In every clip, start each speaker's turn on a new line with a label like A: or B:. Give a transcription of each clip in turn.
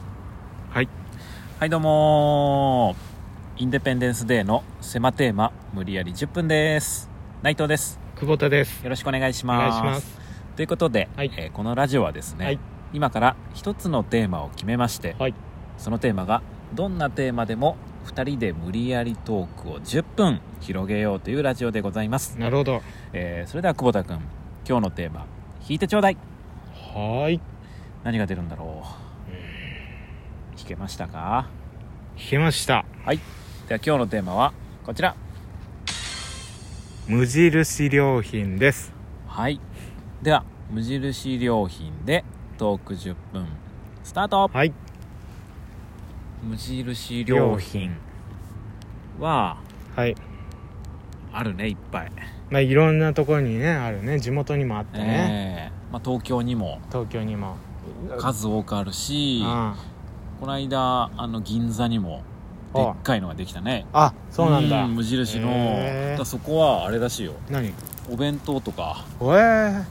A: はい
B: はいどうもーインデペンデンスデーの狭テーマ無理やり10分です内藤です
A: 久保田です
B: よろしくお願いし
A: お願い
B: ます
A: します
B: ということで、
A: はい
B: えーこのラジオはですね、
A: はい
B: 今から一つのテーマを決めまして、
A: はい
B: そのテーマがどんなテーマでも2人で無理やりトークを10分広げようというラジオでございます、
A: なるほど
B: えーそれでは久保田君今日のテーマ引いてちょうだい
A: はーい
B: 何が出るんだろう弾けましたか
A: 弾けました
B: では今日のテーマはこちら
A: 無印良品です
B: はいでは無印良品でトーク10分スタート
A: はい
B: 無印良品は
A: はい
B: あるねいっぱい、
A: まあいろんなところにねあるね地元にもあってね、
B: ええまあ、東京にも
A: 東京にも
B: 数多くあるし
A: あ
B: この間あの銀座にもでっかいのができたね
A: ああそうなんだ
B: 無印の、
A: へえ
B: だからそこはあれらしいよ
A: 何え
B: お弁当とか
A: えー、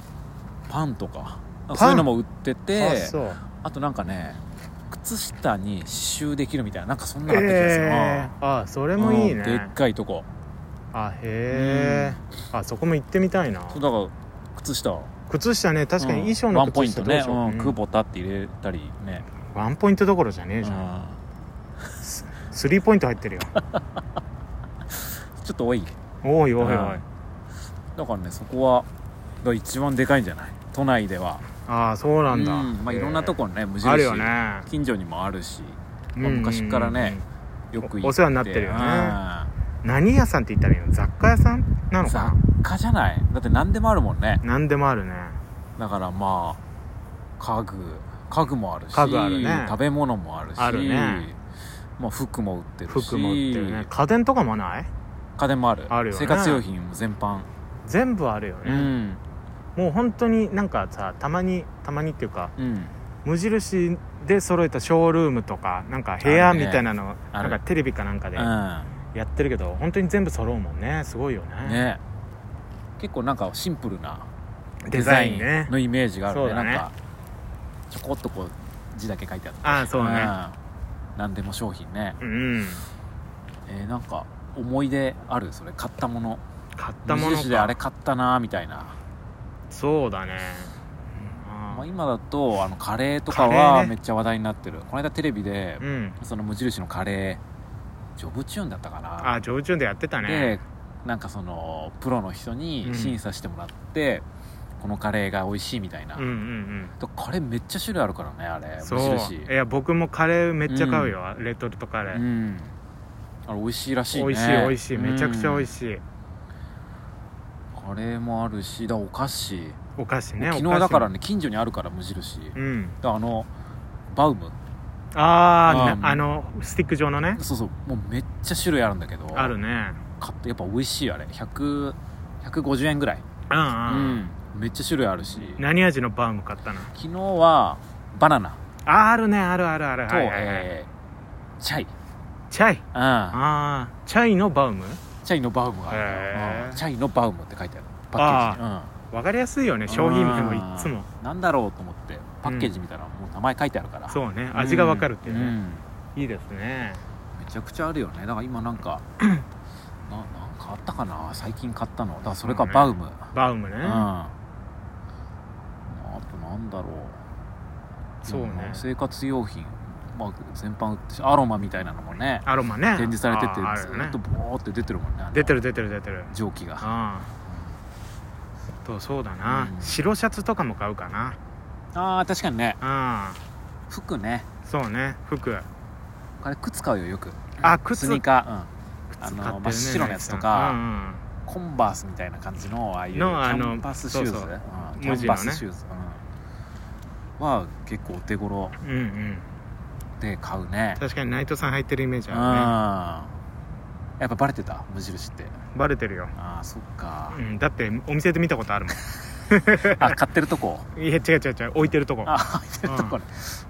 B: パンとか
A: ン
B: そういうのも売って
A: あ
B: て
A: そう
B: あとなんかね靴下に刺繍できるみたいななんかそんなのあった気がする
A: え
B: な
A: ー、あそれもいい
B: うん
A: ね
B: でっかいとこ
A: あへえあそこも行ってみたいな
B: そうだから靴下
A: 靴下ね確かに衣装
B: ワ
A: の
B: ンポ
A: 靴
B: イン
A: 下
B: ト
A: どう
B: ね
A: しよう
B: うん
A: うん
B: クボタって入れたりね
A: ワンポイントどころじゃねえじゃん
B: う
A: スリーポイント入ってるよ
B: んちょっと多い
A: おいおいおい
B: うんだからねそこはだから一番でかいんじゃない都内では
A: ああそうなんだ
B: うんまあいろんなとこね無
A: えーあるよ
B: 印
A: ね
B: 近所にもあるし
A: うんうんうん
B: 昔からねよく行って
A: おお世話になってるよね
B: う
A: 何屋さんって言ったらいいの雑貨屋さんなのか
B: ん雑
A: な
B: 貨じゃないだって何でもあるもんね
A: 何でもあるね
B: だからまあ家具家具もあるし
A: 家具あるね
B: 食べ物もあるし
A: あるね
B: まあ、服も売ってるし
A: 服も売ってるね家電とかもない
B: 家電もある
A: あるよね
B: 生活用品も全般、
A: 全部あるよ
B: う
A: ね
B: ん
A: もう本当になんかさたまにたまにっていうか
B: うん
A: 無印で揃えたショールームとかなんか部屋
B: ある
A: み
B: ね
A: たいなの
B: あ
A: な
B: る
A: んかテレビかなんかでや
B: う
A: ってるけど本当に全部揃うもんねすごいよね
B: んね結構なんかシンプルな
A: デザインね
B: のイメージがあるね
A: そうだね
B: なんかちょこっとこう字だけ書いてあった
A: ああそうね
B: うん何でも商品ね
A: うん
B: えーなんか思い出あるそれ買ったもの
A: 買った
B: 無
A: もの
B: 印であれ
A: か
B: 買ったなみたいな
A: そうだねあ
B: まあ、
A: ー
B: 今だとあのカレーと
A: カ
B: か
A: レー
B: は
A: ね
B: めっちゃ話題になってる、この間テレビで、
A: うん
B: その無印のカレージョブチューンだったかな
A: あー上中でやってたね
B: でなんかそのプロの人
A: うん
B: に審査してもらって、このカレーが美味しいみたいな、
A: うんうんうん
B: とカレーめっちゃ種類あるからねあれ
A: そ
B: 無
A: う
B: 印
A: いや僕もカレーめっちゃ買うよ、レトルトカレー、
B: うんあれ美味しいらしいね
A: 美味しい美味しいめちゃくちゃ美味
B: い、
A: しい、
B: カレーもあるしだからお菓子、
A: お菓子ね
B: 昨
A: お菓
B: 日
A: 子
B: だからね近所にあるから無印、だか
A: うん
B: らあのバウム
A: あー
B: あー
A: なあのスティック状のね
B: そうそうもうめっちゃ種類あるんだけど
A: あるね
B: 買ってやっぱ美味しいあれ100 150円ぐらい、
A: うん
B: う
A: うん、
B: めっちゃ種類あるし
A: 何味のバウム買ったの
B: 昨日はバナナ
A: あーあるねあるあるある
B: と、
A: はいはいはい、
B: えーチャイ、
A: チャイ
B: うん、
A: ああチャイのバウム
B: チャイのバウムがある、
A: へー
B: うんチャイのバウムって書いてあるパッケージ
A: わかりやすいよね商品名もいっつも
B: うん、なんだろうと思ってパッケージ見たらもう名前書いてあるから、
A: そうね味がわかるっていうね、
B: んん
A: いいですね
B: めちゃくちゃあるよねだから今なんか ななんかあったかな最近買ったのだからそれかバウム、
A: バウムね、
B: うんあとなんだろう
A: そうね
B: 生活用品、まあ、全般売ってしアロマみたいなのもね
A: アロマね
B: 展示されてて
A: あーあ
B: ず
A: るよ
B: っ
A: ね
B: とボーって出てるもんねあの
A: 出てる出てる出てる
B: 蒸気が
A: ああとそうだな、
B: うん
A: 白シャツとかも買うかな
B: あー確かにね
A: あ
B: 服ね
A: あそうね服
B: あれ靴買うよよく
A: あ
B: ス
A: 靴
B: ニーカー、うん、
A: 靴買ってる
B: あの
A: ね
B: 真っ白のやつと
A: う
B: か、
A: ん
B: コンバースみたいな感じのああいうキ
A: のあの
B: ャンパスシューズ
A: そうそう
B: うんキ
A: 無地のね
B: ャンパスシューズ、うん、は結構お手頃
A: うん、うんうん
B: で買うね
A: 確かに内藤さん入ってるイメージ
B: うん
A: あ
B: やっぱバレてた無印って
A: るねバレてるよ、
B: ああそっ か
A: うん、だってお店で見たことあるも
B: あ買ってるとこ
A: んいや違う違う違う置いてるとこ
B: あ入ってるとこね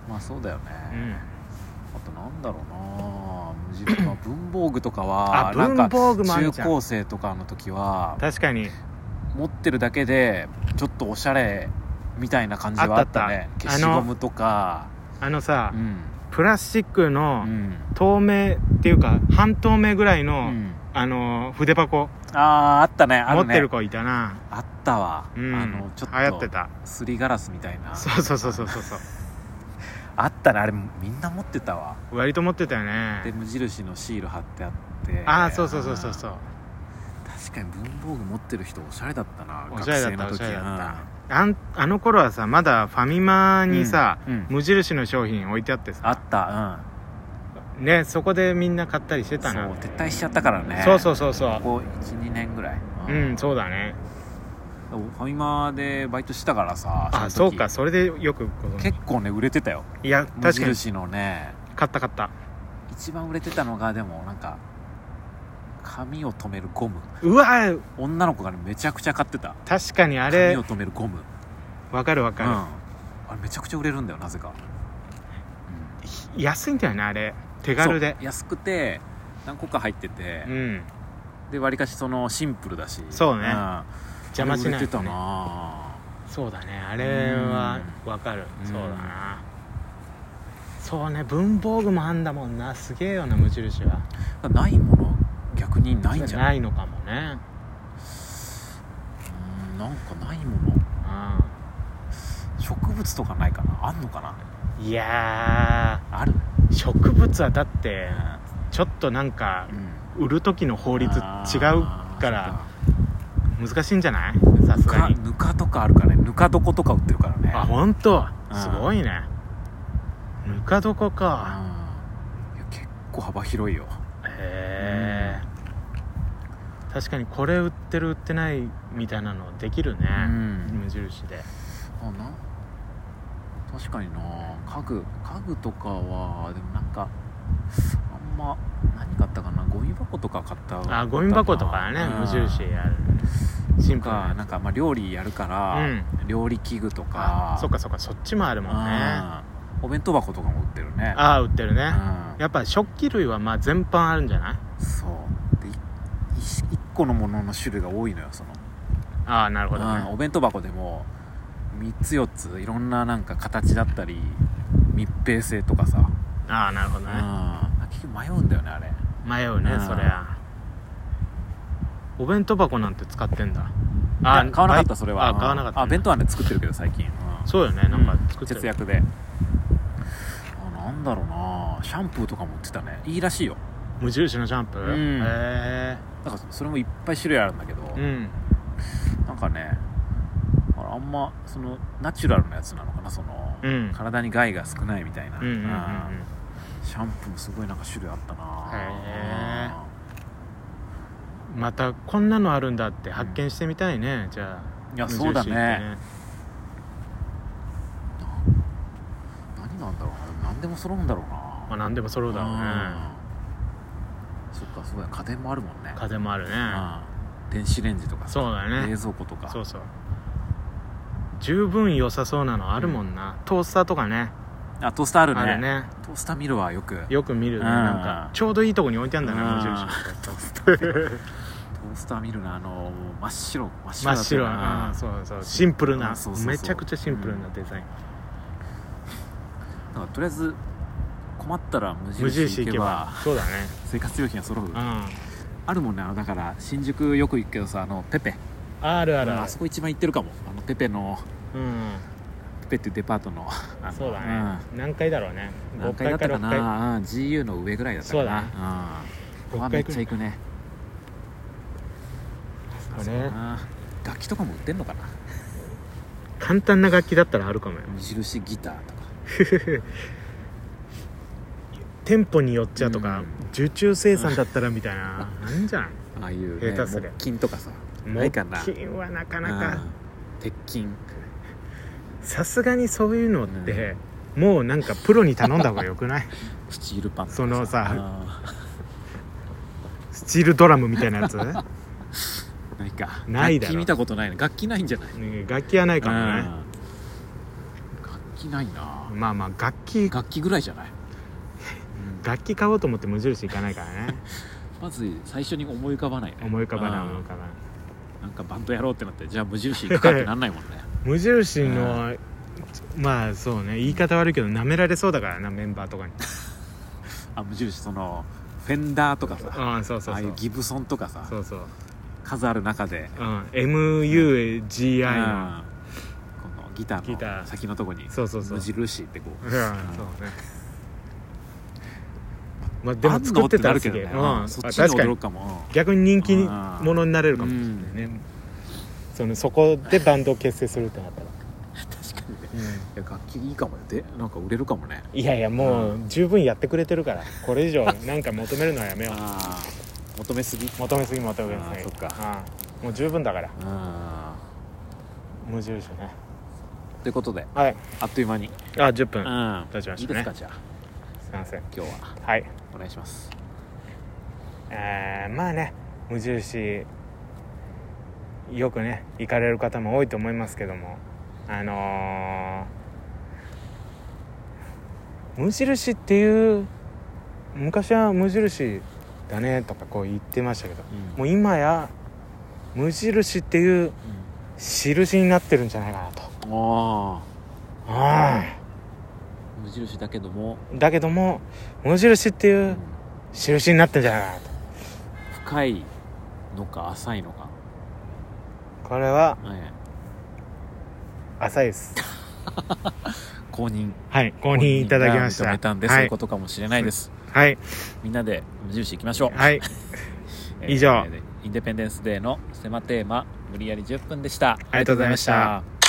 B: まあそうだよね、
A: うん、
B: あとなんだろうな無印まあ文房具とかは
A: あ
B: なんか
A: 文房具もある
B: 中
A: じゃん
B: 高生とかの時は
A: 確かに
B: 持ってるだけでちょっとおしゃれみたいな感じはあったね
A: あったあった
B: 消しゴムとか
A: あのさ、
B: うん
A: プラスチック
B: う
A: の
B: ん
A: 透明っていうか半透明ぐらいうの、
B: ん
A: あのー筆箱、
B: ああーあったねあ
A: 持
B: るね
A: ってる子いたな、
B: あったわ、
A: うん、
B: あのちょっと
A: 流行ってた
B: すりガラスみたいな
A: そうそうそうそうそうそう
B: あったねあれみんな持ってたわ
A: 割と持ってたよ
B: で
A: ね
B: 無印のシール貼ってあって
A: ああそうそうそうそうそう
B: 確かに文房具持ってる人おしゃれだったな
A: おしゃれだった
B: 学
A: おしゃ
B: 生の時
A: れだったあんあの頃はさまだファミマ
B: うん
A: にさ、
B: うん
A: 無印の商品置いてあって
B: あ
A: さ
B: った
A: ねそこでみんな買ったりして
B: うんそ
A: たな
B: う撤退しちゃったからね
A: そうそうそうそう
B: ここ12年ぐらい
A: うんそうだね
B: ファミマでバイトしたからさ
A: あ
B: の
A: そう
B: 時
A: かそれでよくご存知
B: 結構ね売れてたよ
A: いや
B: 無
A: 確かに
B: 印のね
A: 買った買った
B: 一番売れてたのがでもなんか髪を留めるゴム
A: うわ
B: 女の子がねめちゃくちゃ買ってた
A: 確かにあ
B: 髪
A: れ
B: を留めるゴム
A: わかるわかる
B: うん、あれめちゃくちゃ売れるんだよなぜか、うん
A: ひ安いんだよねあれ手軽で
B: そう安くて何個か入ってて、
A: うん
B: でわりかしそのシンプルだし
A: そうね
B: ん
A: 邪魔しない、
B: 売れてたな
A: そうだねあれはわかる
B: うん
A: そうだなそうね文房具もあんだもんなすげえよな無印は
B: ないもの逆にないんじゃない
A: いのかもね
B: うんなんかないもの植物とかないかなあんのかない
A: や
B: ある、
A: ー植物はだって
B: う
A: ちょっとなんか
B: ん
A: 売る時の法律違うから難しいんじゃない
B: あ
A: さ
B: ー
A: す
B: そっか
A: がに
B: ぬかぬかとかあるからねぬか床とか売ってるからね
A: あ本当
B: うん
A: すごいねぬか床か
B: うんいや結構幅広いよ
A: へえ確かにこれ売ってる売ってないみたいなのできるね
B: うん
A: 無印で
B: あな確かにな家具家具とかはでもなんかあんま何買ったかなゴミ箱とか買った
A: あゴミ箱とかね
B: うん
A: 無印やるシンプル
B: か
A: な
B: なんかまあ料理やるから、
A: うん
B: 料理器具とか
A: あそっかそっかそっちもあるもんねあ
B: うんお弁当箱とかも売ってるね
A: あー売ってるね
B: うん
A: やっぱ食器類はまあ全般あるんじゃない
B: そうでいい一個のものの種類が多いのよその、
A: ああなるほど
B: うんお
A: ね
B: 弁当箱でも3つ4ついろんななんか形だったり密閉性とかさ、
A: ああなるほど
B: う
A: ね
B: んあ結局迷うんだよねあれ
A: 迷うね
B: うん
A: そりゃお弁当箱なんて使ってんだ
B: いや買わなかったそれは
A: あ買わなかった
B: あ弁当はね作ってるけど最近、うん
A: そうよねなんか作って
B: 節
A: る
B: 約であなんだろうなシャンプーとかも売ってたねいいらしいよ
A: 無印のシャンプー
B: うん
A: へ
B: なんかそれもいっぱい種類あるんだけど、
A: えうん
B: なんかねああんまそのナチュラルなやつなのかなその、
A: うん
B: 体に害が少ないみたいな、
A: うんうんうんうん
B: うんシャンプーもすごいなんか種類あったな
A: へまたこんなのあるんだって発見してみたいねじゃあ
B: いやそうだ
A: 無印行
B: ね
A: って
B: 何なんだろうな何でも揃うんだろう
A: まあ
B: な
A: 何でも揃うだろうね
B: うんそっかすごい家電もあるもんね
A: 風もあるね
B: うん電子レンジとかさ
A: そうだね
B: 冷蔵庫とか
A: そうそう十分良さそうなのあるもんな、トースターとかね
B: あトースターあるね
A: あるね
B: トースター見るわよくトー
A: よく見るね
B: うん
A: なんかちょうどいいとこに置いてあるんだね
B: うん
A: 無印のトースター
B: スター見るなあの真っ白真っ白
A: 真っ
B: だったよ
A: 白
B: な
A: なそうそうシンプル
B: う
A: なん
B: そうそうそう
A: めちゃくちゃシンプルなデザイン、
B: だからとりあえず困ったら無
A: 無
B: 印
A: 印行
B: 行け
A: けば
B: ば
A: そうだね
B: 生活用品が揃う
A: うん
B: あるもんねあのだから新宿よく行くけどさあのペペ
A: あるある
B: あそこ一番行ってるかもあのペペの
A: うん
B: ペペっていうデパートのあの
A: そうだね、何階だろうね
B: うん何
A: 5
B: 階だ
A: 階
B: っ
A: か
B: たから
A: 6階
B: なうん GU の上ぐらいだったか
A: そ
B: な
A: う
B: うん
A: 六
B: まあ
A: 階
B: めっちゃ行くね
A: こ
B: そうだ
A: れ
B: な楽器とかも売ってんのかな
A: 簡単な楽器だったらあるかもよ
B: 無印ギターとか
A: 店舗によっちゃとか、
B: うん
A: 受注生産だったらみたい ななんじゃん
B: ああいう、ね、
A: 下手すりゃ
B: 木琴とかさないか
A: 木
B: な
A: 金はなかな
B: う
A: か
B: ん鉄筋
A: さすがにそういうのって、もうなんかプロに頼んだ方がよくない
B: スチールパンとか
A: そのさ
B: あ
A: スチールドラムみたいなや つね
B: ーないか
A: ないだろ
B: 楽器見たことないね楽器ないんじゃない
A: 楽器はないかもね
B: うん楽器ないな
A: まあまあ楽器
B: 楽器ぐらいじゃない、うん
A: 楽器買おうと思って無印行かないから ね
B: まず最初に思い浮かばないね
A: 思い浮かばない思
B: う
A: い
B: ん
A: 浮かばない
B: なんかバンドやろうってなってじゃあ無印行くかってなんないもんね
A: 無印のまあそうね言い方悪いけど舐められそうだからなメンバーとか に
B: あ無印そのフェンダーとかさ
A: ああそうそう
B: ああ
A: そ
B: いう
A: う
B: ギブソンとかさ
A: そうそう、
B: 数ある中で、
A: うん、MUGI の、
B: うんこのギタ
A: ギタ
B: ーの
A: ー
B: 先のとこに
A: そうそうそう
B: 無印ってこう
A: うんそうねまあで
B: あん
A: も
B: の
A: 作ってたら
B: て
A: す
B: な
A: げえ、
B: るけ
A: う
B: どね
A: ん、
B: うん
A: あ
B: そっち
A: 確
B: に
A: か
B: 驚
A: に
B: くかも
A: 逆に人気者になれるかもしれないね、そのそこでバンドを結成するってなったら、
B: うん確かにねいや楽器いいかもよでなんか売れるかもね
A: いやいやも
B: う
A: う十分やってくれてるからこれ以上なんか求めるのはやめよう
B: ああ求めすぎ
A: 求めすぎ求めすぎ
B: あーそっか
A: うんもう十分だから
B: あ
A: 無印ね
B: あということで
A: はい
B: あっという間に
A: あ10分
B: ん
A: 経ちま
B: いい
A: した
B: で
A: ね
B: すかじゃあ
A: すいません
B: 今日は
A: はい
B: お願いします
A: えーまあね無印よくね行かれる方も多いと思いますけどもあのー無印っていう昔は無印だねとかこう言ってましたけどもう今や無印っていう印になってるんじゃないかなと
B: ああ
A: あ
B: 無印だけども、
A: あだけども無印っていううん印になってるんじゃないかなと
B: 深いのか浅いのか、
A: これは
B: え
A: 浅いです
B: え公認
A: はい公認いただきまし
B: 公認が
A: た
B: 認めたんで、
A: は
B: そうい
A: いう
B: ことかもしれないです
A: はい
B: みんなで無印行きましょう
A: はい
B: えー
A: 以上
B: インデペンデンスデーの狭テーマ無理やり10分でした
A: ありがとうございました